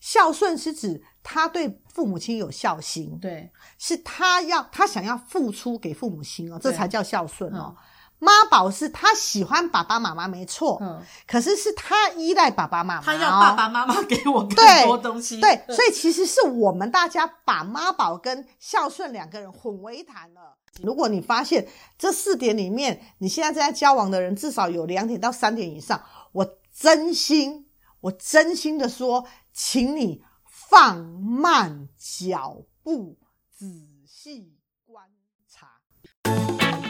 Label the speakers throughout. Speaker 1: 孝顺是指他对父母亲有孝心，
Speaker 2: 对，
Speaker 1: 是他要他想要付出给父母亲哦，这
Speaker 2: 对
Speaker 1: 才叫孝顺哦
Speaker 2: 嗯。
Speaker 1: 妈宝是他喜欢爸爸妈妈没错，
Speaker 2: 嗯，
Speaker 1: 可是是他依赖爸爸妈妈、哦
Speaker 2: 他要爸。爸妈妈给我更
Speaker 1: 对
Speaker 2: 多东西，嗯
Speaker 1: 对，所以其实是我们大家把妈宝跟孝顺两个人混为一谈了。如果你发现这四点里面，你现在正在交往的人至少有两点到三点以上，我真心，我真心的说，请你放慢脚步，仔细观察。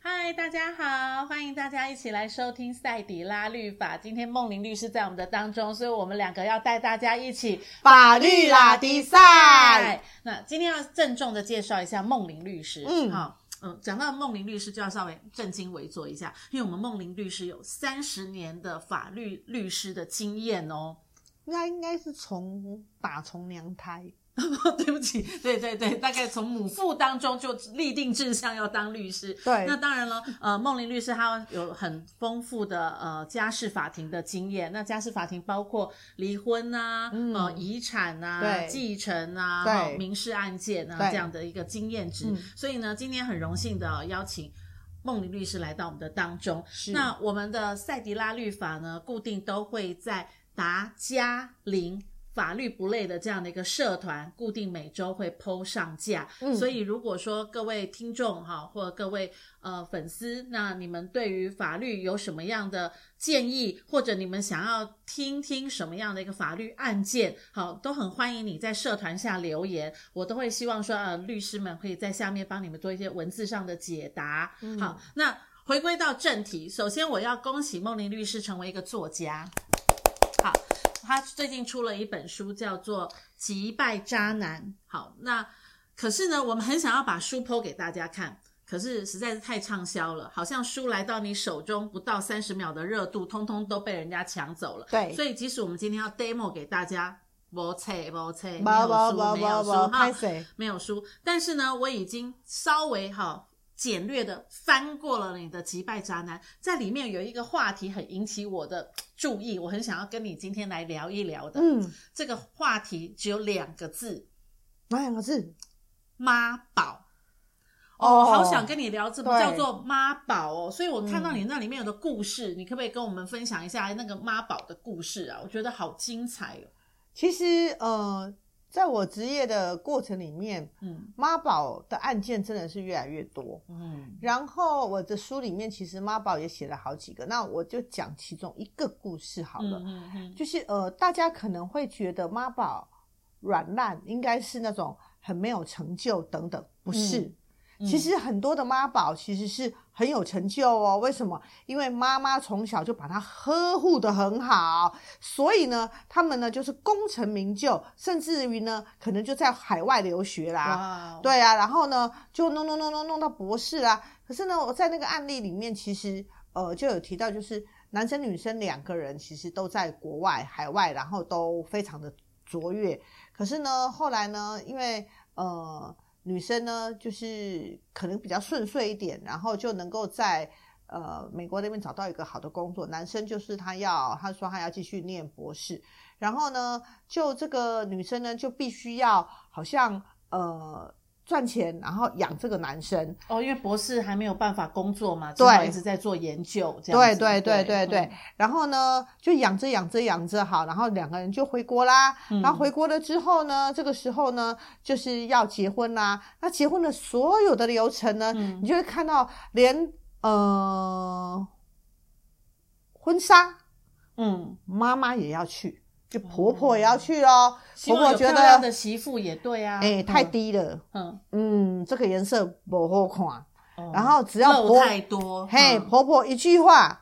Speaker 2: 嗨，大家好，欢迎大家一起来收听赛底拉律法。今天梦玲律师在我们的当中，所以我们两个要带大家一起
Speaker 1: 法律拉迪赛，
Speaker 2: 嗨。那今天要郑重的介绍一下梦玲律师，
Speaker 1: 嗯
Speaker 2: 好。嗯，讲到梦玲律师，就要稍微正襟危坐一下，因为我们梦玲律师有三十年的法律律师的经验哦。
Speaker 1: 那应该是从打从娘胎，
Speaker 2: 对不起，对对对，大概从母父当中就立定志向要当律师。
Speaker 1: 对
Speaker 2: 那当然了，呃，梦玲律师她有很丰富的呃家事法庭的经验。那家事法庭包括离婚呐、
Speaker 1: 嗯
Speaker 2: 呃遗产呐、
Speaker 1: 对
Speaker 2: 继承呐、
Speaker 1: 对
Speaker 2: 哦民事案件呐、
Speaker 1: 对
Speaker 2: 这样的一个经验值。
Speaker 1: 嗯
Speaker 2: 所以呢，今天很荣幸的邀请梦玲律师来到我们的当中。
Speaker 1: 是
Speaker 2: 那我们的赛迪拉律法呢，固定都会在达加林。法律不累的这样的一个社团，固定每周会 PO 上架，
Speaker 1: 嗯
Speaker 2: 所以如果说各位听众哈，或各位呃粉丝，那你们对于法律有什么样的建议，或者你们想要听听什么样的一个法律案件，好，都很欢迎你在社团下留言，我都会希望说呃律师们可以在下面帮你们做一些文字上的解答，
Speaker 1: 嗯
Speaker 2: 好，那回归到正题，首先我要恭喜梦玲律师成为一个作家。好，他最近出了一本书，叫做《击败渣男》。好，那可是呢，我们很想要把书剖给大家看，可是实在是太畅销了，好像书来到你手中不到三十秒的热度，通通都被人家抢走了。
Speaker 1: 对
Speaker 2: 所以即使我们今天要 demo 给大家，没册没册，没
Speaker 1: 不
Speaker 2: 有
Speaker 1: 不
Speaker 2: 书，
Speaker 1: 不
Speaker 2: 没有
Speaker 1: 不不，
Speaker 2: 书哈
Speaker 1: 拍。谁？
Speaker 2: 没有输，但是呢，我已经稍微哈简略的翻过了你的《击败渣男》，在里面有一个话题很引起我的注意，我很想要跟你今天来聊一聊的。
Speaker 1: 嗯，
Speaker 2: 这个话题只有两个字：
Speaker 1: 哪两个字？
Speaker 2: 妈宝。
Speaker 1: 哦
Speaker 2: 我好想跟你聊，怎么
Speaker 1: 对嗯
Speaker 2: 叫做妈宝哦？所以我看到你那里面有的故事，你可不可以跟我们分享一下那个妈宝的故事啊？我觉得好精彩哦。
Speaker 1: 其实呃，在我职业的过程里面，
Speaker 2: 嗯
Speaker 1: 妈宝的案件真的是越来越多。
Speaker 2: 嗯，
Speaker 1: 然后我的书里面其实妈宝也写了好几个，那我就讲其中一个故事好了。
Speaker 2: 嗯嗯
Speaker 1: 就是呃，大家可能会觉得妈宝软烂应该是那种很没有成就等等，不是。
Speaker 2: 嗯
Speaker 1: 其实很多的妈宝其实是很有成就哦，为什么？因为妈妈从小就把他呵护的很好，所以呢，他们呢就是功成名就，甚至于呢，可能就在海外留学啦，
Speaker 2: 哇，，哦
Speaker 1: 对啊，然后呢，就弄弄弄弄弄到博士啊。可是呢，我在那个案例里面，其实呃就有提到，就是男生女生两个人其实都在国外海外，然后都非常的卓越。可是呢，后来呢，因为呃女生呢就是可能比较顺遂一点，然后就能够在。呃，美国那边找到一个好的工作，男生就是他要，他说他要继续念博士，然后呢，就这个女生呢就必须要好像呃赚钱，然后养这个男生。
Speaker 2: 哦，因为博士还没有办法工作嘛，
Speaker 1: 对
Speaker 2: 只好一直在做研究，这样
Speaker 1: 对
Speaker 2: 子
Speaker 1: 对对对对
Speaker 2: 嗯，
Speaker 1: 然后呢就养着养着养着好，然后两个人就回国啦。
Speaker 2: 嗯
Speaker 1: 然后回国了之后呢，这个时候呢就是要结婚啦。那结婚的所有的流程呢，
Speaker 2: 嗯
Speaker 1: 你就会看到连呃婚纱
Speaker 2: 嗯，
Speaker 1: 妈妈也要去，就婆婆也要去哦。
Speaker 2: 希
Speaker 1: 婆婆
Speaker 2: 望有
Speaker 1: 觉
Speaker 2: 漂
Speaker 1: 得
Speaker 2: 亮的媳妇也对啊，
Speaker 1: 哎、太
Speaker 2: 嗯
Speaker 1: 低了。
Speaker 2: 嗯，
Speaker 1: 嗯，这个颜色不好看。
Speaker 2: 哦
Speaker 1: 然后只要
Speaker 2: 肉
Speaker 1: 婆
Speaker 2: 太多，
Speaker 1: 嘿
Speaker 2: 嗯
Speaker 1: 婆婆一句话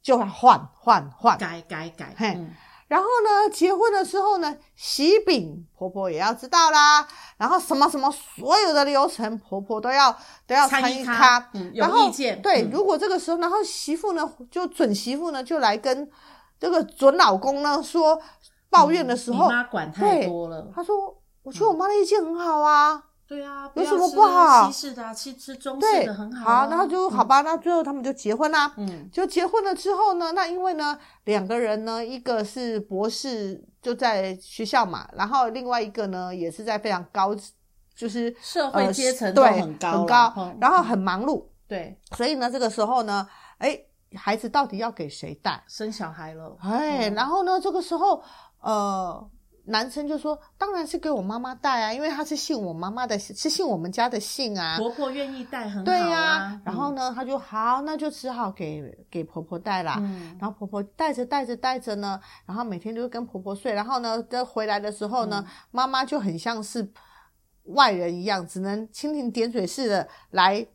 Speaker 1: 就换换换。
Speaker 2: 改改改，
Speaker 1: 嘿
Speaker 2: 嗯
Speaker 1: 然后呢，结婚的时候呢，喜饼婆婆也要知道啦。然后什么什么所有的流程，婆婆都要都要参
Speaker 2: 参与
Speaker 1: 与
Speaker 2: 咖
Speaker 1: 她。
Speaker 2: 嗯
Speaker 1: 然
Speaker 2: 有
Speaker 1: 后
Speaker 2: 意见
Speaker 1: 对，
Speaker 2: 嗯
Speaker 1: 如果这个时候，然后媳妇呢，就准媳妇呢，就来跟这个准老公呢说抱怨的时候
Speaker 2: 嗯你，妈管太多了，
Speaker 1: 他说：“我觉得我妈的意见很好啊，
Speaker 2: 对啊，
Speaker 1: 有
Speaker 2: 要
Speaker 1: 什么
Speaker 2: 吃
Speaker 1: 不好
Speaker 2: 西式的啊，吃吃中式
Speaker 1: 对，
Speaker 2: 的很
Speaker 1: 好
Speaker 2: 啊。
Speaker 1: 然后就好吧，呃那最后他们就结婚啦。
Speaker 2: 嗯
Speaker 1: 就结婚了之后呢，那因为呢，两个人呢，一个是博士就在学校嘛，然后另外一个呢也是在非常高，就是
Speaker 2: 社
Speaker 1: 呃
Speaker 2: 会阶层都
Speaker 1: 对
Speaker 2: 很高啦，
Speaker 1: 很高，
Speaker 2: 嗯
Speaker 1: 然后很忙碌，
Speaker 2: 对
Speaker 1: 所以呢，这个时候呢，哎，孩子到底要给谁带？
Speaker 2: 生小孩了，
Speaker 1: 哎，
Speaker 2: 嗯
Speaker 1: 然后呢，这个时候，呃，男生就说，当然是给我妈妈带啊，因为他是姓我妈妈的，是姓我们家的姓啊。
Speaker 2: 婆婆愿意带很好
Speaker 1: 对呀、
Speaker 2: 啊。
Speaker 1: 然后呢，他就好，那就只好给给婆婆带啦。
Speaker 2: 嗯，
Speaker 1: 然后婆婆带着带着带着呢，然后每天就跟婆婆睡，然后呢，这回来的时候
Speaker 2: 嗯
Speaker 1: 呢，妈妈就很像是外人一样，只能蜻蜓点水似的来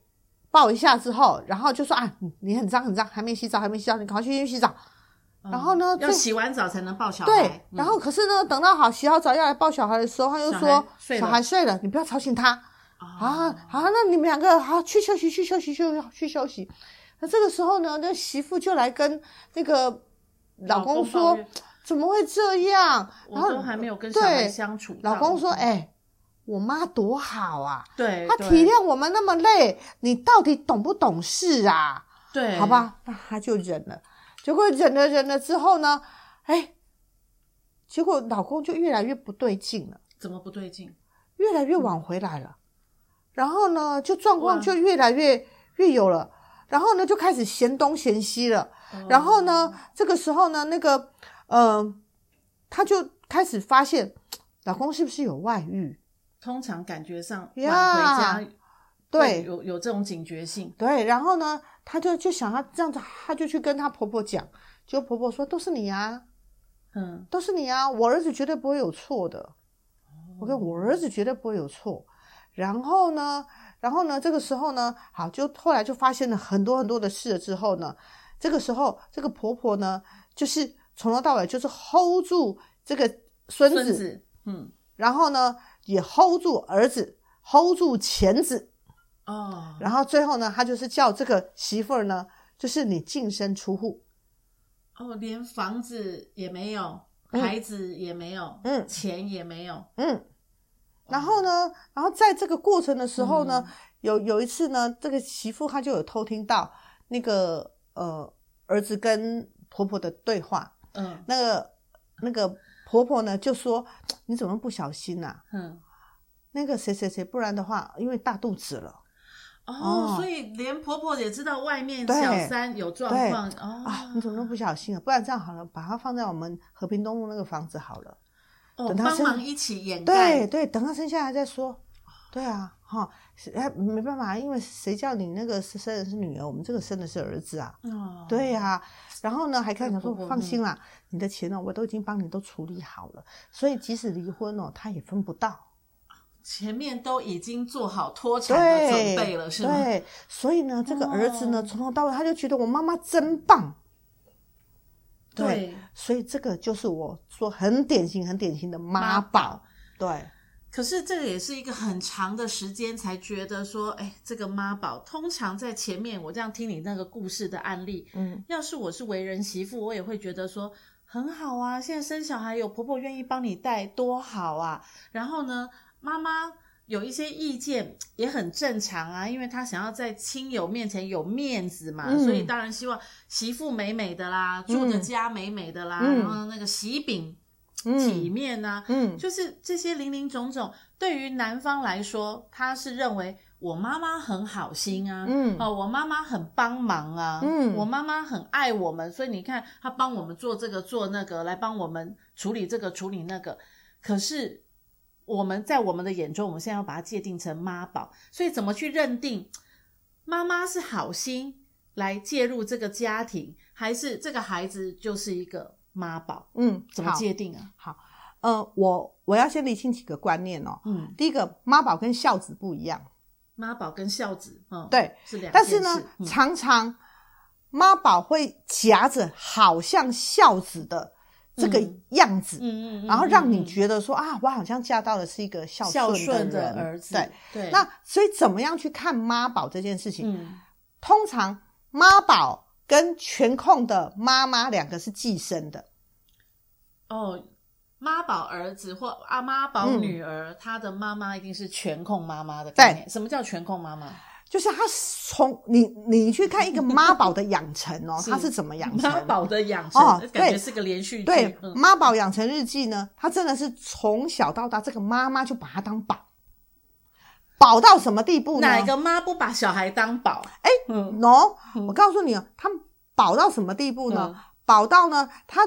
Speaker 1: 抱一下之后，然后就说啊，你你很脏很脏，还没洗澡，还没洗澡，你赶快去洗澡。
Speaker 2: 嗯
Speaker 1: 然后呢
Speaker 2: 要
Speaker 1: 最
Speaker 2: 洗完澡才能抱小孩。
Speaker 1: 对，
Speaker 2: 嗯
Speaker 1: 然后可是呢，等到好洗好澡要来抱小孩的时候，他又
Speaker 2: 小
Speaker 1: 说
Speaker 2: 孩睡
Speaker 1: 小
Speaker 2: 了
Speaker 1: 孩睡了，你不要吵醒他。啊
Speaker 2: 啊，
Speaker 1: 好，那你们两个好去休息，去休息，去去休息。那这个时候呢，那媳妇就来跟那个老公
Speaker 2: 抱
Speaker 1: 说
Speaker 2: 怨，
Speaker 1: 怎么会这样？然
Speaker 2: 我
Speaker 1: 后
Speaker 2: 都还没有跟小孩
Speaker 1: 对
Speaker 2: 相处到。
Speaker 1: 老公说，哎、我妈多好啊，
Speaker 2: 对，
Speaker 1: 她
Speaker 2: 哎对
Speaker 1: 体谅我们那么累，你到底懂不懂事啊？
Speaker 2: 对，
Speaker 1: 好，吧，那他就忍了。结果忍了忍了之后呢，哎，结果老公就越来越不对劲了，
Speaker 2: 怎么不对劲？
Speaker 1: 越来越晚回来了，然后呢，就状况
Speaker 2: 嗯哇
Speaker 1: 就越来越越有了，然后呢，就开始嫌东嫌西了。
Speaker 2: 哦
Speaker 1: 然后呢，这个时候呢，那个，呃，她就开始发现老公是不是有外遇？
Speaker 2: 通常感觉上晚
Speaker 1: 呀
Speaker 2: 回家，
Speaker 1: 对
Speaker 2: 有有这种警觉性，
Speaker 1: 对，然后呢，她就就想要这样子，她就去跟她婆婆讲，结果婆婆说都是你啊，
Speaker 2: 嗯，
Speaker 1: 都是你啊，我儿子绝对不会有错的。我跟我儿子绝对不会有错。然后呢，然后呢，这个时候呢，好，就后来就发现了很多很多的事了之后呢，这个时候这个婆婆呢，就是从头到尾就是 hold 住这个孙子，
Speaker 2: 孙子，嗯，
Speaker 1: 然后呢也 hold 住儿子，hold 住钱子，
Speaker 2: 哦，
Speaker 1: 然后最后呢，她就是叫这个媳妇儿呢，就是你净身出户，
Speaker 2: 哦，连房子也没有，
Speaker 1: 嗯
Speaker 2: 孩子也没有，
Speaker 1: 嗯
Speaker 2: 钱也没有，
Speaker 1: 嗯，然后呢，然后在这个过程的时候呢，有有一次呢，这个媳妇她就有偷听到那个呃儿子跟婆婆的对话，
Speaker 2: 嗯
Speaker 1: 那个那个婆婆呢就说：“你怎么不小心呐、啊
Speaker 2: 嗯，
Speaker 1: 那个谁谁谁，不然的话，因为大肚子了
Speaker 2: 哦
Speaker 1: 哦，
Speaker 2: 所以连婆婆也知道外面
Speaker 1: 对
Speaker 2: 小三有状况，哦
Speaker 1: 啊，你怎么那么不小心啊？不然这样好了，把它放在我们和平东路那个房子好了。
Speaker 2: 哦，
Speaker 1: 等她
Speaker 2: 帮
Speaker 1: 生
Speaker 2: 忙一起掩
Speaker 1: 对
Speaker 2: 盖，
Speaker 1: 对，等她生下来再说。对啊，哈，是哎，没办法，因为谁叫你那个是生的是女儿，我们这个生的是儿子啊。”
Speaker 2: 哦，
Speaker 1: 对呀、然后呢，还看
Speaker 2: 那
Speaker 1: 讲
Speaker 2: 婆
Speaker 1: 说
Speaker 2: 婆
Speaker 1: 放
Speaker 2: 嗯
Speaker 1: 心啦，你的钱呢、我都已经帮你都处理好了，所以即使离婚哦，他也分不到。
Speaker 2: 前面都已经做好脱产的
Speaker 1: 对，
Speaker 2: 准备了，是吗？
Speaker 1: 对，所以呢，这个儿子呢，
Speaker 2: 哦
Speaker 1: 从头到尾他就觉得我妈妈真棒。对，
Speaker 2: 对
Speaker 1: 所以这个就是我说很典型、很典型的妈
Speaker 2: 妈
Speaker 1: 宝。对，
Speaker 2: 可是这个也是一个很长的时间才觉得说，哎，这个妈宝通常在前面，我这样听你那个故事的案例，
Speaker 1: 嗯，
Speaker 2: 要是我是为人媳妇，我也会觉得说很好啊，现在生小孩有婆婆愿意帮你带，多好啊。然后呢，妈妈有一些意见也很正常啊，因为她想要在亲友面前有面子嘛，
Speaker 1: 嗯
Speaker 2: 所以当然希望媳妇美美的啦，住的
Speaker 1: 嗯
Speaker 2: 家美美的啦，
Speaker 1: 嗯
Speaker 2: 然后那个喜饼体
Speaker 1: 嗯
Speaker 2: 面呐、
Speaker 1: 嗯，
Speaker 2: 就是这些零零总总，对于男方来说，他是认为我妈妈很好心啊，
Speaker 1: 嗯
Speaker 2: 哦，我妈妈很帮忙啊，
Speaker 1: 嗯
Speaker 2: 我妈妈很爱我们，所以你看，她帮我们做这个做那个，来帮我们处理这个处理那个。可是我们在我们的眼中，我们现在要把它界定成妈宝，所以怎么去认定妈妈是好心来介入这个家庭，还是这个孩子就是一个妈宝？
Speaker 1: 嗯，
Speaker 2: 怎么
Speaker 1: 好？
Speaker 2: 界定啊？
Speaker 1: 呃，我我要先理清几个观念哦。
Speaker 2: 嗯。
Speaker 1: 第一个，妈宝跟孝子不一样。
Speaker 2: 妈宝跟孝子，嗯，
Speaker 1: 对，
Speaker 2: 是两件
Speaker 1: 但
Speaker 2: 事。
Speaker 1: 是呢，
Speaker 2: 嗯
Speaker 1: 常常妈宝会夹着好像孝子的这个
Speaker 2: 嗯
Speaker 1: 样子，
Speaker 2: 嗯嗯嗯，
Speaker 1: 然后让你
Speaker 2: 嗯
Speaker 1: 觉得说、啊，我好像嫁到的是一个孝
Speaker 2: 孝
Speaker 1: 顺
Speaker 2: 顺
Speaker 1: 的人
Speaker 2: 儿子，
Speaker 1: 对，
Speaker 2: 对，
Speaker 1: 那所以怎么样去看妈宝这件事情？
Speaker 2: 嗯，
Speaker 1: 通常妈宝跟全控的妈妈两个是寄生的，
Speaker 2: 哦，妈宝儿子或啊妈宝女儿，她的妈妈一定是全控妈妈的概念。什么叫全控妈妈？
Speaker 1: 就是他从你你去看一个妈宝的养成哦，
Speaker 2: 是
Speaker 1: 他是怎么养成
Speaker 2: 妈
Speaker 1: 的？
Speaker 2: 宝的养成，
Speaker 1: 哦
Speaker 2: 感觉
Speaker 1: 对
Speaker 2: 是个连续剧。
Speaker 1: 对
Speaker 2: 嗯
Speaker 1: 《妈宝养成日记》呢，他真的是从小到大，这个妈妈就把他当宝，宝到什么地步呢？
Speaker 2: 哪一个妈不把小孩当宝？
Speaker 1: 哎
Speaker 2: 嗯，
Speaker 1: ？no，
Speaker 2: 嗯
Speaker 1: 我告诉你哦，他们宝到什么地步呢？
Speaker 2: 嗯
Speaker 1: 宝到呢，他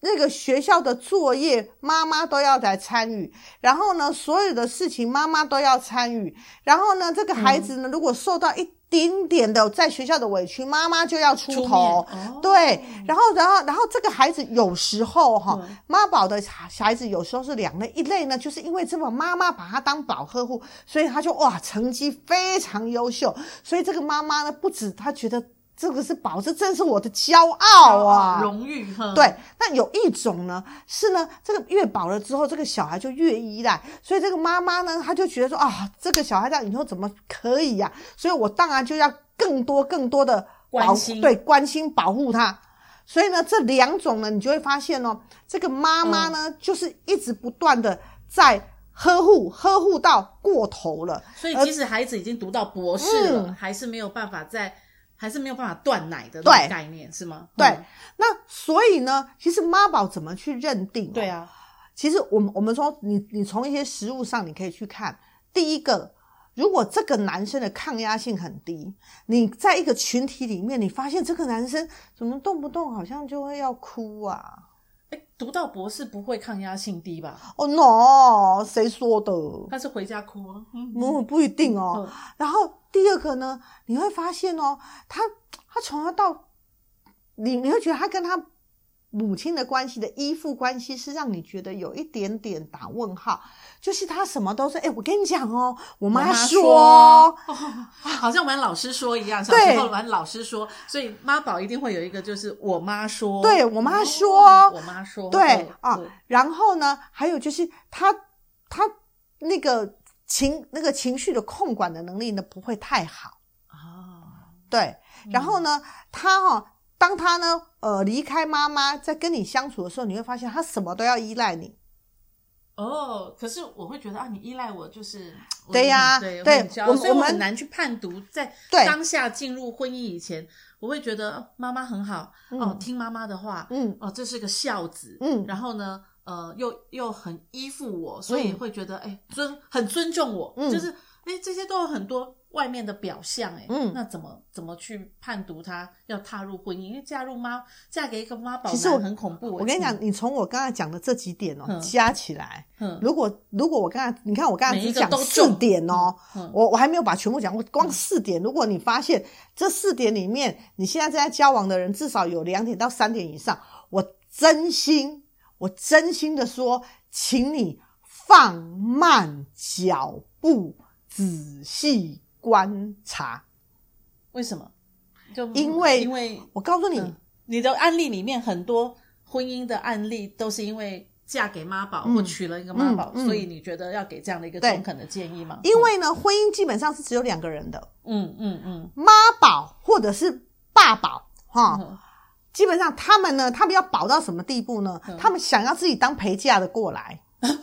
Speaker 1: 那个学校的作业，妈妈都要来参与，然后呢，所有的事情妈妈都要参与，然后呢，这个孩
Speaker 2: 嗯
Speaker 1: 子呢，如果受到一丁点的在学校的委屈，妈妈就要出
Speaker 2: 出
Speaker 1: 头。
Speaker 2: 面哦
Speaker 1: 对，然后，然后，然后这个孩子有时候哈、
Speaker 2: 嗯
Speaker 1: 妈宝的孩子有时候是两类，一类呢，就是因为这么妈妈把他当宝呵护，所以他就哇成绩非常优秀，所以这个妈妈呢，不止她觉得这个是宝，这真是我的骄傲啊，
Speaker 2: 哦荣誉嗯呵，
Speaker 1: 对，那有一种呢是呢，这个越饱了之后，这个小孩就越依赖，所以这个妈妈呢，她就觉得说啊，这个小孩这样以后怎么可以呀、所以我当然就要更多更多的
Speaker 2: 关
Speaker 1: 保
Speaker 2: 心
Speaker 1: 对关心保护他。所以呢，这两种呢，你就会发现哦，这个妈妈呢，就是一直不断的在呵护，呵护到过头了。
Speaker 2: 所以即使孩子已经读到博士了，还是没有办法在，还是没有办法断奶的那
Speaker 1: 对
Speaker 2: 种概念是吗？
Speaker 1: 对，
Speaker 2: 嗯
Speaker 1: 那所以呢，其实妈宝怎么去认定、
Speaker 2: 对，啊，
Speaker 1: 其实我们我们说你，你从一些食物上，你可以去看。第一个，如果这个男生的抗压性很低，你在一个群体里面，你发现这个男生怎么动不动好像就会要哭啊？
Speaker 2: 哎，读到博士不会抗压性低吧？
Speaker 1: 哦、no，谁说的？
Speaker 2: 他是回家哭哦，嗯，
Speaker 1: 不不一定哦。
Speaker 2: 嗯
Speaker 1: 然后第二个呢，你会发现哦，他他从小到你你会觉得他跟他母亲的关系的依附关系是让你觉得有一点点打问号，就是他什么都是哎、我跟你讲哦，我
Speaker 2: 我
Speaker 1: 妈
Speaker 2: 妈
Speaker 1: 说
Speaker 2: 说
Speaker 1: 哦，
Speaker 2: 啊好像玩老师说一样，小
Speaker 1: 对
Speaker 2: 时候玩老师说，所以妈宝一定会有一个就是我妈说，
Speaker 1: 对我妈说
Speaker 2: 哦我妈说，
Speaker 1: 对
Speaker 2: 嗯
Speaker 1: 啊
Speaker 2: 对，
Speaker 1: 然后呢，还有就是他他那个情那个情绪的控管的能力呢不会太好。
Speaker 2: 啊，
Speaker 1: 对，然后呢，他哦，当他呢，呃，离开妈妈，在跟你相处的时候，你会发现他什么都要依赖你。
Speaker 2: 哦，可是我会觉得啊，你依赖我就是
Speaker 1: 对呀
Speaker 2: 对
Speaker 1: 对
Speaker 2: 我很骄傲
Speaker 1: 我们
Speaker 2: 所以
Speaker 1: 我们
Speaker 2: 很难去判读，在
Speaker 1: 对
Speaker 2: 当下进入婚姻以前，我会觉得哦妈妈很好、哦，
Speaker 1: 嗯
Speaker 2: 听妈妈的话，
Speaker 1: 嗯
Speaker 2: 哦，这是个孝子，
Speaker 1: 嗯
Speaker 2: 然后呢，呃，又又很依附我，所以
Speaker 1: 嗯
Speaker 2: 会觉得哎尊很尊重我，
Speaker 1: 嗯
Speaker 2: 就是哎这些都有很多。外面的表象、哎，
Speaker 1: 嗯
Speaker 2: 那怎么怎么去判读他要踏入婚姻？因为嫁入妈，嫁给一个妈宝
Speaker 1: 其实我
Speaker 2: 男很恐怖、欸
Speaker 1: 我跟你讲，你从我刚才讲的这几点哦，
Speaker 2: 嗯
Speaker 1: 加起来，
Speaker 2: 嗯，
Speaker 1: 如果如果我刚才，你看我刚才
Speaker 2: 每一
Speaker 1: 只
Speaker 2: 个
Speaker 1: 讲
Speaker 2: 都
Speaker 1: 四
Speaker 2: 中
Speaker 1: 点哦，
Speaker 2: 嗯，
Speaker 1: 我我还没有把全部讲，我光四点。如果你发现这四点里面，你现在正在交往的人至少有两点到三点以上，我真心，我真心的说，请你放慢脚步，仔细观察。
Speaker 2: 为什么？就
Speaker 1: 因为
Speaker 2: 因为
Speaker 1: 我告诉你，
Speaker 2: 嗯你的案例里面很多婚姻的案例都是因为嫁给妈宝、
Speaker 1: 嗯
Speaker 2: 或娶了一个妈宝，
Speaker 1: 嗯嗯
Speaker 2: 所以你觉得要给这样的一个
Speaker 1: 对
Speaker 2: 中肯的建议吗？
Speaker 1: 因为呢，婚姻基本上是只有两个人的，
Speaker 2: 嗯嗯嗯
Speaker 1: 妈宝或者是爸宝，哈、
Speaker 2: 嗯
Speaker 1: 基本上他们呢，他们要保到什么地步呢？他们想要自己当陪嫁的过来。
Speaker 2: 嗯，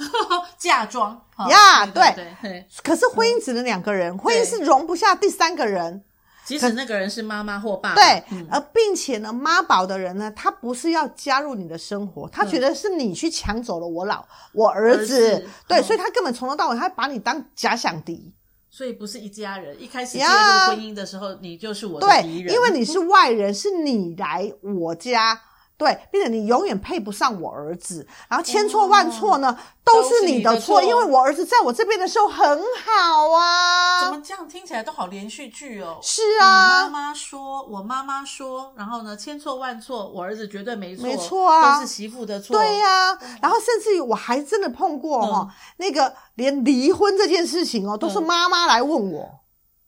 Speaker 2: 嫁妆哈
Speaker 1: 呀
Speaker 2: 对
Speaker 1: 对
Speaker 2: 对对，
Speaker 1: 可是婚姻只能两个
Speaker 2: 嗯
Speaker 1: 人，婚姻是容不下第三个人，
Speaker 2: 即使那个人是妈妈或爸爸，
Speaker 1: 对，
Speaker 2: 嗯
Speaker 1: 而并且呢，妈宝的人呢，他不是要加入你的生活，
Speaker 2: 嗯
Speaker 1: 他觉得是你去抢走了我老我儿
Speaker 2: 儿
Speaker 1: 子
Speaker 2: 子，
Speaker 1: 对，
Speaker 2: 嗯
Speaker 1: 所以他根本从头到尾，他把你当假想敌，
Speaker 2: 所以不是一家人。一开始进
Speaker 1: 呀
Speaker 2: 入婚姻的时候，你就是我的
Speaker 1: 对，
Speaker 2: 敌人，
Speaker 1: 因为你是外人，是你来我家。对，并且你永远配不上我儿子，然后千错万错呢，
Speaker 2: 哦都
Speaker 1: 都
Speaker 2: 是
Speaker 1: 是
Speaker 2: 你
Speaker 1: 你
Speaker 2: 的
Speaker 1: 的错，
Speaker 2: 错
Speaker 1: 因为我儿子在我这边的时候很好啊，
Speaker 2: 怎么这样听起来都好连续剧哦。
Speaker 1: 是
Speaker 2: 你
Speaker 1: 啊，
Speaker 2: 妈妈说，我妈妈说，然后呢，千错万错，我儿子绝对没错，
Speaker 1: 没错啊
Speaker 2: 都是媳妇的错。嗯
Speaker 1: 对、呀、然后甚至于我还真的碰过哦，那个连离婚这件事情哦，都是
Speaker 2: 嗯
Speaker 1: 妈妈来问我，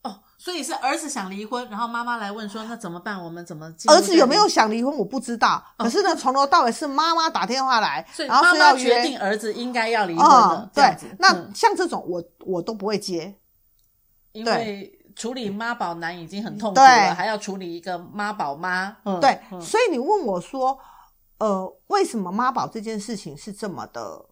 Speaker 2: 哦，所以是儿子想离婚，然后妈妈来问说，那怎么办？我们怎么进入
Speaker 1: 儿子有没有
Speaker 2: 这
Speaker 1: 想离婚我不知道，可是呢，从头到尾是妈妈打电话来
Speaker 2: 嗯个？所，以
Speaker 1: 然后
Speaker 2: 妈
Speaker 1: 说
Speaker 2: 妈
Speaker 1: 要
Speaker 2: 决
Speaker 1: 约
Speaker 2: 定。儿子应该要离婚了
Speaker 1: 嗯，，
Speaker 2: 这
Speaker 1: 对
Speaker 2: 样子。，
Speaker 1: 那
Speaker 2: 嗯
Speaker 1: 像这种我我都不会接，
Speaker 2: 因
Speaker 1: 对
Speaker 2: 为处理妈宝男已经很痛苦
Speaker 1: 对
Speaker 2: 了，还要处理一个妈宝妈。嗯
Speaker 1: 对，
Speaker 2: 嗯
Speaker 1: 所以你问我说，呃，为什么妈宝这件事情是这么的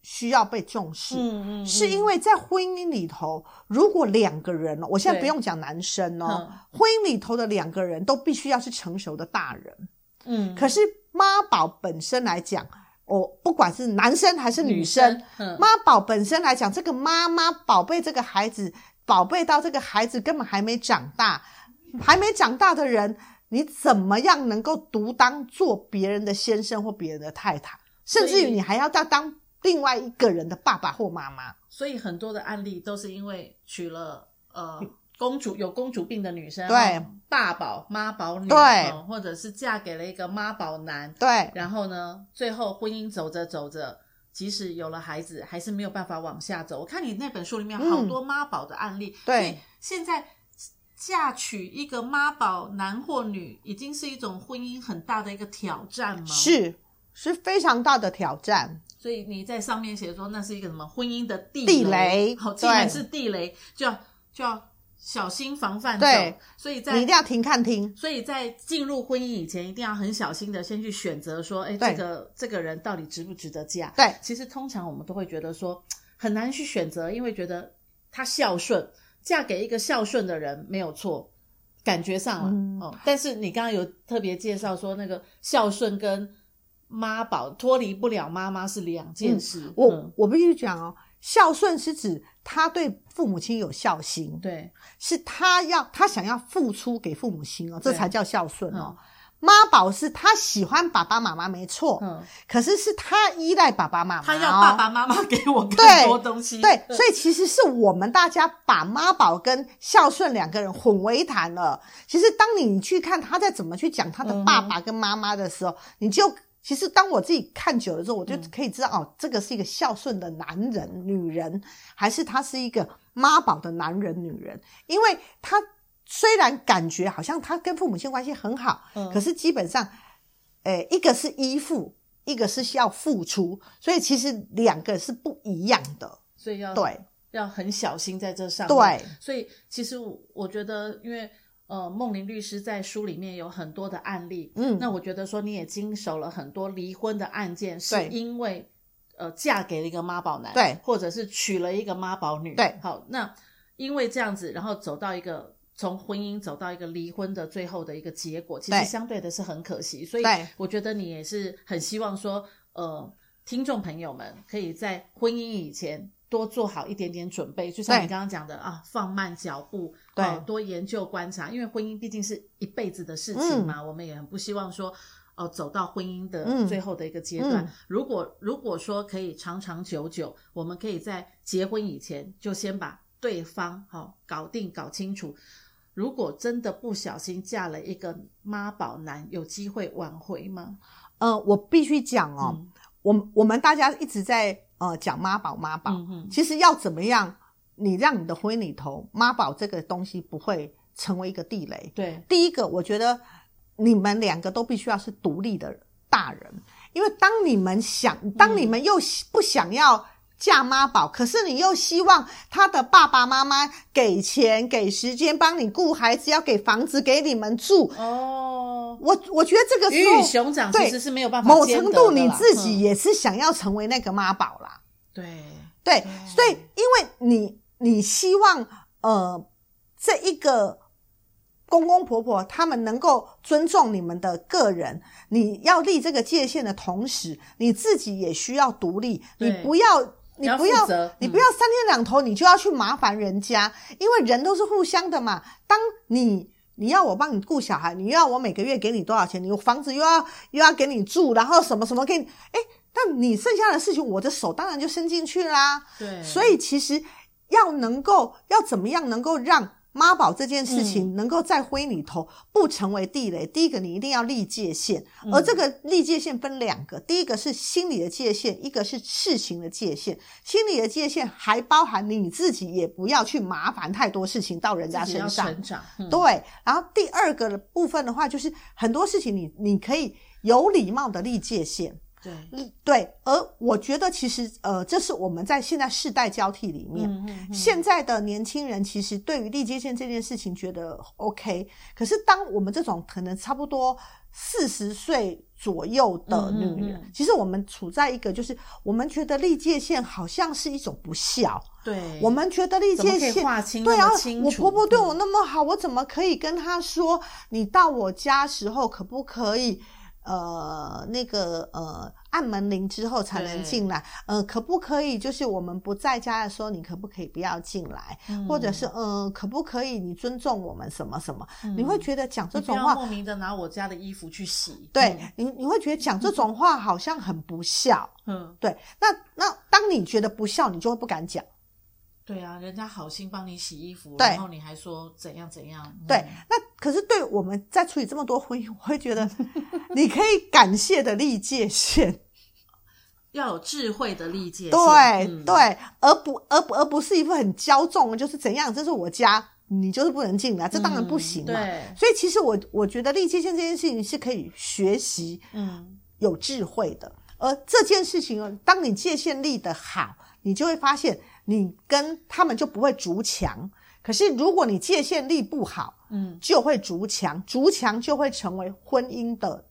Speaker 1: 需要被重视？
Speaker 2: 嗯嗯，
Speaker 1: 是因
Speaker 2: 为
Speaker 1: 为在婚姻里头，如果两个人哦，我现在不
Speaker 2: 对
Speaker 1: 用讲男生哦，婚姻里头的两个人都必须要是成熟的大人。
Speaker 2: 嗯，
Speaker 1: 可是妈宝本身来讲，哦，不管是男生还是女生，
Speaker 2: 生，嗯，
Speaker 1: 妈宝本身来讲，这个妈妈宝贝这个孩子，宝贝到这个孩子根本还没长大，还没长大的人，你怎么样能够独当做别人的先生或别人的太太，甚至于你还要到当另外一个人的爸爸或妈妈？
Speaker 2: 所以很多的案例都是因为娶了 呃公主有公主病的女生，
Speaker 1: 对
Speaker 2: 哦，爸宝妈宝女，
Speaker 1: 对
Speaker 2: 哦或者是嫁给了一个妈宝男，
Speaker 1: 对
Speaker 2: 然后呢，最后婚姻走着走着。即使有了孩子，还是没有办法往下走。我看你那本书里面好多妈宝的案例，
Speaker 1: 嗯对
Speaker 2: 所以现在嫁娶一个妈宝男或女，已经是一种婚姻很大的一个挑战吗？，
Speaker 1: 是是非常大的挑战。
Speaker 2: 所以你在上面写说那是一个什么婚姻的地
Speaker 1: 地
Speaker 2: 雷
Speaker 1: 雷
Speaker 2: 好，
Speaker 1: 对
Speaker 2: 既然是地雷，就要就要小心防范。
Speaker 1: 对，
Speaker 2: 所以
Speaker 1: 你一
Speaker 2: 在
Speaker 1: 定要停看听，
Speaker 2: 所以在进入婚姻以前，一定要很小心的先去选择说，哎，
Speaker 1: 对
Speaker 2: 这个这个人到底值不值得嫁？
Speaker 1: 对
Speaker 2: 其实通常我们都会觉得说很难去选择，因为觉得他孝顺，嫁给一个孝顺的人没有错，感觉上了、
Speaker 1: 嗯
Speaker 2: 哦。但是你刚刚有特别介绍说，那个孝顺跟妈宝脱离不了妈妈是两件事。嗯、
Speaker 1: 我、我必须讲哦，孝顺是指他对父母亲有孝心，
Speaker 2: 对
Speaker 1: 是他要他想要付出给父母亲哦，这
Speaker 2: 对
Speaker 1: 才叫孝顺哦。妈宝是他喜欢爸爸妈妈没错，
Speaker 2: 嗯，
Speaker 1: 可是是他依赖爸爸妈妈、哦，
Speaker 2: 他要爸爸妈妈给我更
Speaker 1: 对
Speaker 2: 多东西。嗯
Speaker 1: 对，所以其实是我们大家把妈宝跟孝顺两个人混为一谈了。其实当你去看他在怎么去讲他的爸
Speaker 2: 嗯
Speaker 1: 爸跟妈妈的时候，你就其实当我自己看久了之后，我就
Speaker 2: 嗯
Speaker 1: 可以知道、哦，这个是一个孝顺的男人、女人，还是他是一个妈宝的男人、女人，因为他。虽然感觉好像他跟父母亲关系很好，
Speaker 2: 嗯
Speaker 1: 可是基本上诶，一个是依附，一个是要付出，所以其实两个是不一样的。
Speaker 2: 所以要
Speaker 1: 对，
Speaker 2: 要很小心在这上面。
Speaker 1: 对，
Speaker 2: 所以其实我我觉得，因为呃，梦玲律师在书里面有很多的案例，
Speaker 1: 嗯
Speaker 2: 那我觉得说你也经手了很多离婚的案件，是
Speaker 1: 对
Speaker 2: 因为呃嫁给了一个妈宝男，
Speaker 1: 对，
Speaker 2: 或者是娶了一个妈宝女，
Speaker 1: 对
Speaker 2: 好，那因为这样子，然后走到一个。从婚姻走到一个离婚的最后的一个结果，其实
Speaker 1: 对
Speaker 2: 相对的是很可惜，所以
Speaker 1: 对
Speaker 2: 我觉得你也是很希望说，呃，听众朋友们可以在婚姻以前多做好一点点准备，就像
Speaker 1: 对
Speaker 2: 你刚刚讲的啊，放慢脚步，
Speaker 1: 对
Speaker 2: 啊多研究观察，因为婚姻毕竟是一辈子的事情嘛，我们也很不希望说。哦，走到婚姻的
Speaker 1: 嗯
Speaker 2: 最后的一个阶段，
Speaker 1: 嗯
Speaker 2: 如果如果说可以长长久久，我们可以在结婚以前就先把对方好、搞定、搞清楚。如果真的不小心嫁了一个妈宝男，有机会挽回吗？
Speaker 1: 呃，我必须讲哦，
Speaker 2: 嗯
Speaker 1: 我们我们大家一直在呃讲妈宝妈宝，
Speaker 2: 嗯嗯
Speaker 1: 其实要怎么样，你让你的婚姻里头妈宝这个东西不会成为一个地雷。
Speaker 2: 对，
Speaker 1: 第一个，我觉得你们两个都必须要是独立的大人，因为当你们想，当你们又喜不想要嫁妈宝，可是你又希望他的爸爸妈妈给钱、给时间帮你顾孩子，要给房子给你们住，
Speaker 2: 哦，
Speaker 1: 我我觉得这个时
Speaker 2: 鱼与
Speaker 1: 候
Speaker 2: 熊掌其
Speaker 1: 对
Speaker 2: 实是没有办法
Speaker 1: 某
Speaker 2: 兼
Speaker 1: 程
Speaker 2: 得
Speaker 1: 度
Speaker 2: 的
Speaker 1: 你
Speaker 2: 啦
Speaker 1: 自己
Speaker 2: 嗯
Speaker 1: 也是想要成为那个妈宝啦，
Speaker 2: 对，
Speaker 1: 对，
Speaker 2: 嗯
Speaker 1: 所以因为你你希望呃这一个公公婆婆他们能够尊重你们的个人，你要立这个界限的同时，你自己也需要独立，
Speaker 2: 对
Speaker 1: 你不要。你
Speaker 2: 要
Speaker 1: 不要
Speaker 2: 负责，
Speaker 1: 你
Speaker 2: 嗯
Speaker 1: 不要三天两头你就要去麻烦人家，因为人都是互相的嘛。当你你要我帮你顾小孩，你又要我每个月给你多少钱，你房子又要又要给你住，然后什么什么给你，哎，那你剩下的事情，我的手当然就伸进去啦。
Speaker 2: 对，
Speaker 1: 所以其实要能够要怎么样能够让妈宝这件事
Speaker 2: 嗯
Speaker 1: 情能够在婚姻里头不成为地雷，第一个你一定要立界限，
Speaker 2: 嗯
Speaker 1: 而这个立界限分两个，第一个是心理的界限，一个是事情的界限。心理的界限还包含你自己也不要去麻烦太多事情到人家
Speaker 2: 自己要
Speaker 1: 身上，
Speaker 2: 成长，嗯
Speaker 1: 对，然后第二个部分的话，就是很多事情你你可以有礼貌的立界限。
Speaker 2: 对，
Speaker 1: 嗯，对。而我觉得其实呃，这是我们在现在世代交替里面，
Speaker 2: 嗯嗯嗯，
Speaker 1: 现在的年轻人其实对于立接线这件事情觉得 OK，可是当我们这种可能差不多四十岁左右的
Speaker 2: 嗯嗯
Speaker 1: 女人，
Speaker 2: 嗯
Speaker 1: 其实我们处在一个就是我们觉得立界线好像是一种不孝，
Speaker 2: 对，
Speaker 1: 我们觉得立
Speaker 2: 怎么
Speaker 1: 界
Speaker 2: 可以
Speaker 1: 线。
Speaker 2: 划清
Speaker 1: 对
Speaker 2: 那
Speaker 1: 啊
Speaker 2: 么清，
Speaker 1: 我
Speaker 2: 楚嗯
Speaker 1: 婆婆对我那么好，我怎么可以跟她说你到我家时候可不可以？呃，那个呃，按门铃之后才能
Speaker 2: 对
Speaker 1: 进来。呃，可不可以就是我们不在家的时候，你可不可以不要进来？
Speaker 2: 嗯
Speaker 1: 或者是呃，可不可以你尊重我们什么什么？
Speaker 2: 嗯
Speaker 1: 你会觉得讲这
Speaker 2: 你不
Speaker 1: 种
Speaker 2: 要嗯
Speaker 1: 话，
Speaker 2: 莫名的拿我家的衣服去洗，
Speaker 1: 对你你会觉得讲这种话好像很不孝。
Speaker 2: 嗯，嗯，
Speaker 1: 对，那那当你觉得不孝，你就会不敢讲。
Speaker 2: 对啊，人家好心帮你洗衣服，
Speaker 1: 对
Speaker 2: 然后你还说怎样怎样，嗯
Speaker 1: 对，那可是对我们在处理这么多婚姻，我会觉得你可以感谢的立界 限，
Speaker 2: 要有智慧的历界线，
Speaker 1: 对、
Speaker 2: 嗯
Speaker 1: 对，而不而不而不是一副很骄纵的，就是怎样，这是我家，你就是不能进来，这当然不行嘛。
Speaker 2: 嗯
Speaker 1: 所以其实我我觉得立界限这件事情是可以学习
Speaker 2: 对，嗯，
Speaker 1: 有智慧的，而这件事情哦，当你界限立得好，你就会发现你跟他们就不会筑墙。可是如果你界限立不好，
Speaker 2: 嗯，
Speaker 1: 就会筑墙，筑墙就会成为婚姻的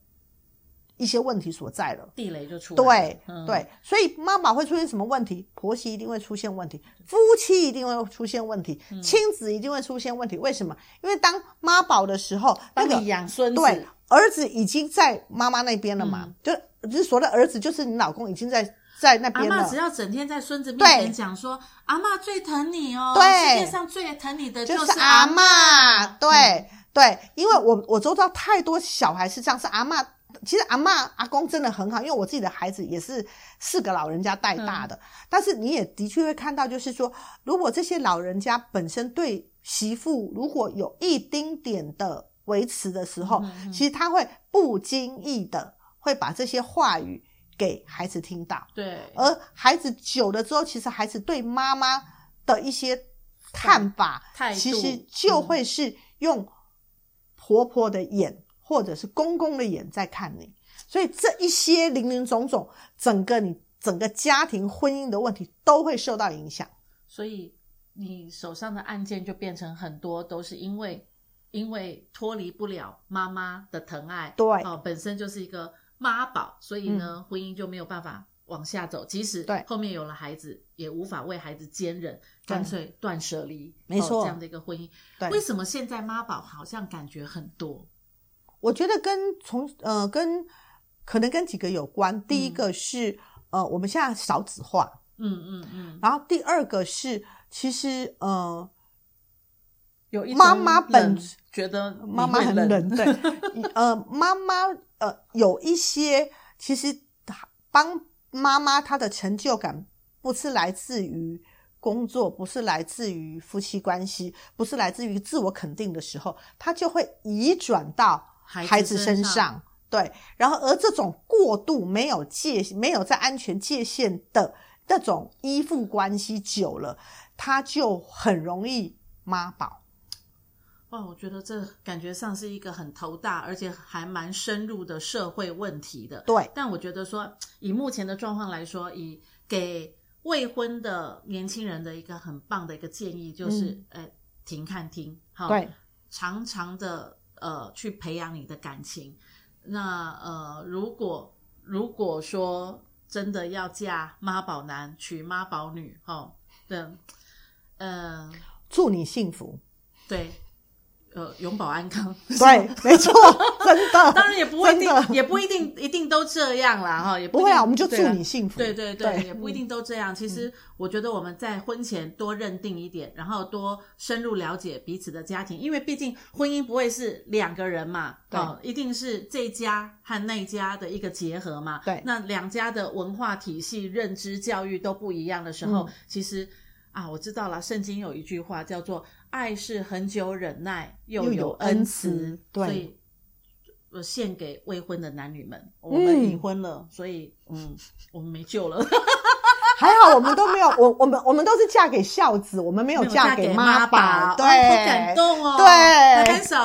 Speaker 1: 一些问题所在了。
Speaker 2: 地雷就出来了
Speaker 1: 对、
Speaker 2: 嗯
Speaker 1: 对，所以妈妈会出现什么问题？婆媳一定会出现问题，夫妻一定会出现问题，
Speaker 2: 嗯
Speaker 1: 亲子一定会出现问题。为什么？因为当妈宝的时候，那
Speaker 2: 帮
Speaker 1: 个
Speaker 2: 你养孙子，嗯
Speaker 1: 对，儿子已经在妈妈那边了嘛，就就是所谓的儿子，就是你老公已经在在那
Speaker 2: 阿
Speaker 1: 边
Speaker 2: 嬷
Speaker 1: 了
Speaker 2: 只。要整天在孙子面
Speaker 1: 对
Speaker 2: 前讲说，阿嬷最疼你哦，
Speaker 1: 对
Speaker 2: 世界上最疼你的
Speaker 1: 就是阿
Speaker 2: 嬷，
Speaker 1: 嬷，嗯对对，因为我我周遭太多小孩是这样，是阿嬷。其实阿嬷阿公真的很好，因为我自己的孩子也是四个老人家带大的。但是你也的确会看到，就是说，如果这些老人家本身对媳妇如果有一丁点的维持的时候，其实他会不经意的会把这些话语给孩子听到。
Speaker 2: 对，
Speaker 1: 而孩子久了之后，其实孩子对妈妈的一些看法
Speaker 2: 态，度
Speaker 1: 其实就会是用婆婆的眼、或者是公公的眼在看你，所以这一些零零总总，整个你整个家庭婚姻的问题都会受到影响。
Speaker 2: 所以你手上的案件就变成很多都是因为因为脱离不了妈妈的疼爱，
Speaker 1: 对嗯
Speaker 2: 哦，本身就是一个妈宝，所以呢，婚姻就没有办法往下走，即使
Speaker 1: 对
Speaker 2: 后面有了孩子，也无法为孩子坚忍，
Speaker 1: 对
Speaker 2: 干脆断舍离，
Speaker 1: 没
Speaker 2: 哦
Speaker 1: 错
Speaker 2: 这样的一个婚姻。
Speaker 1: 对
Speaker 2: 为什么现在妈宝好像感觉很多？
Speaker 1: 我觉得跟从呃跟可能跟几个有关，第一个是、呃我们现在少子化，
Speaker 2: 嗯嗯嗯，
Speaker 1: 然后第二个是其实呃
Speaker 2: 有一
Speaker 1: 妈妈
Speaker 2: 种
Speaker 1: 本
Speaker 2: 冷觉得你
Speaker 1: 妈妈
Speaker 2: 会
Speaker 1: 很
Speaker 2: 冷，
Speaker 1: 冷，对， 呃，妈妈呃有一些其实帮妈妈她的成就感不是来自于工作，不是来自于夫妻关系，不是来自于自我肯定的时候，她就会移转到
Speaker 2: 孩
Speaker 1: 孩子身
Speaker 2: 身
Speaker 1: 上。对，然后而这种过度没有界没有在安全界限的那种依附关系久了，她就很容易妈宝。
Speaker 2: 哇，我觉得这感觉上是一个很头大，而且还蛮深入的社会问题的。
Speaker 1: 对，
Speaker 2: 但我觉得说，以目前的状况来说，以给未婚的年轻人的一个很棒的一个建议就是，呃，停看听，好，
Speaker 1: 对，
Speaker 2: 常常的呃去培养你的感情。那呃，如果如果说真的要嫁妈宝男娶妈宝女，哦，的，嗯、呃，
Speaker 1: 祝你幸福。
Speaker 2: 对，呃，永保安康。
Speaker 1: 对，没错，真的。
Speaker 2: 当然也不一
Speaker 1: 真
Speaker 2: 定，
Speaker 1: 的
Speaker 2: 也不一定一定都这样啦，哈，也
Speaker 1: 不
Speaker 2: 不一定
Speaker 1: 会啊，我们就祝
Speaker 2: 对啊
Speaker 1: 你幸福。
Speaker 2: 对对对，
Speaker 1: 对嗯
Speaker 2: 也不一定都这样。其实我觉得我们在婚前多认定一点，然后多深入了解彼此的家庭，因为毕竟婚姻不会是两个人嘛，
Speaker 1: 对
Speaker 2: 哦，一定是这家和那家的一个结合嘛。
Speaker 1: 对
Speaker 2: 那两家的文化体系、认知、教育都不一样的时候，
Speaker 1: 嗯
Speaker 2: 其实啊，我知道了，圣经有一句话叫做“爱是恒久忍耐，又
Speaker 1: 又
Speaker 2: 有
Speaker 1: 有
Speaker 2: 恩
Speaker 1: 恩
Speaker 2: 慈
Speaker 1: 慈”，对
Speaker 2: 所以我献给未婚的男女们，我
Speaker 1: 嗯
Speaker 2: 们已婚了，所以嗯，我们没救了，
Speaker 1: 还好我们都没有，我我们我们都是嫁给孝子，我们没有
Speaker 2: 没有嫁
Speaker 1: 给
Speaker 2: 妈
Speaker 1: 宝。
Speaker 2: 哦好
Speaker 1: 对
Speaker 2: 感，动哦，
Speaker 1: 对
Speaker 2: 拍拍手。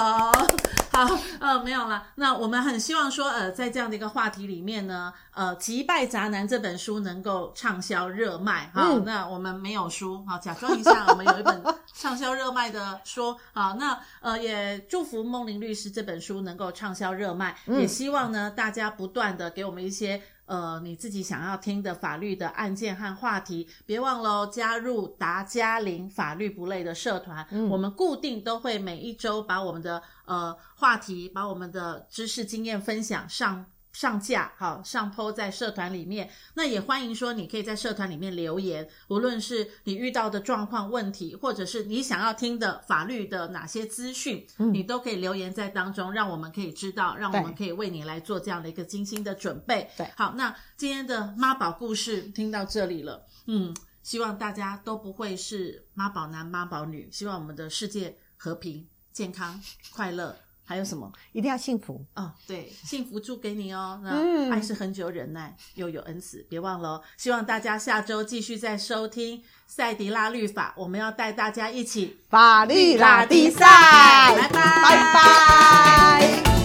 Speaker 2: 好，呃，没有啦。那我们很希望说，呃，在这样的一个话题里面呢，呃，《击败宅男》这本书能够畅销热卖哈、
Speaker 1: 嗯
Speaker 2: 那我们没有书，好，假装一下，我们有一本畅销热卖的书。好，那呃，也祝福梦玲律师这本书能够畅销热卖，
Speaker 1: 嗯
Speaker 2: 也希望呢大家不断的给我们一些。呃，你自己想要听的法律的案件和话题，别忘了哦加入达嘉玲法律不累的社团。
Speaker 1: 嗯
Speaker 2: 我们固定都会每一周把我们的呃话题，把我们的知识经验分享上。上架好上 PO 在社团里面，那也欢迎说你可以在社团里面留言，无论是你遇到的状况问题，或者是你想要听的法律的哪些资讯，
Speaker 1: 嗯
Speaker 2: 你都可以留言在当中，让我们可以知道，让我
Speaker 1: 对
Speaker 2: 们可以为你来做这样的一个精心的准备。
Speaker 1: 对
Speaker 2: 好，那今天的妈宝故事听到这里了，嗯，希望大家都不会是妈宝男、妈宝女，希望我们的世界和平、健康、快乐，还有什么？
Speaker 1: 一定要幸福。
Speaker 2: 哦，对，幸福祝给你哦。那
Speaker 1: 嗯
Speaker 2: 爱是恒久忍耐，又有恩慈，别忘了哦。希望大家下周继续再收听赛迪拉律法，我们要带大家一起
Speaker 1: 法律拉
Speaker 2: 拉
Speaker 1: 力
Speaker 2: 力
Speaker 1: 赛，
Speaker 2: 赛拜拜
Speaker 1: 拜拜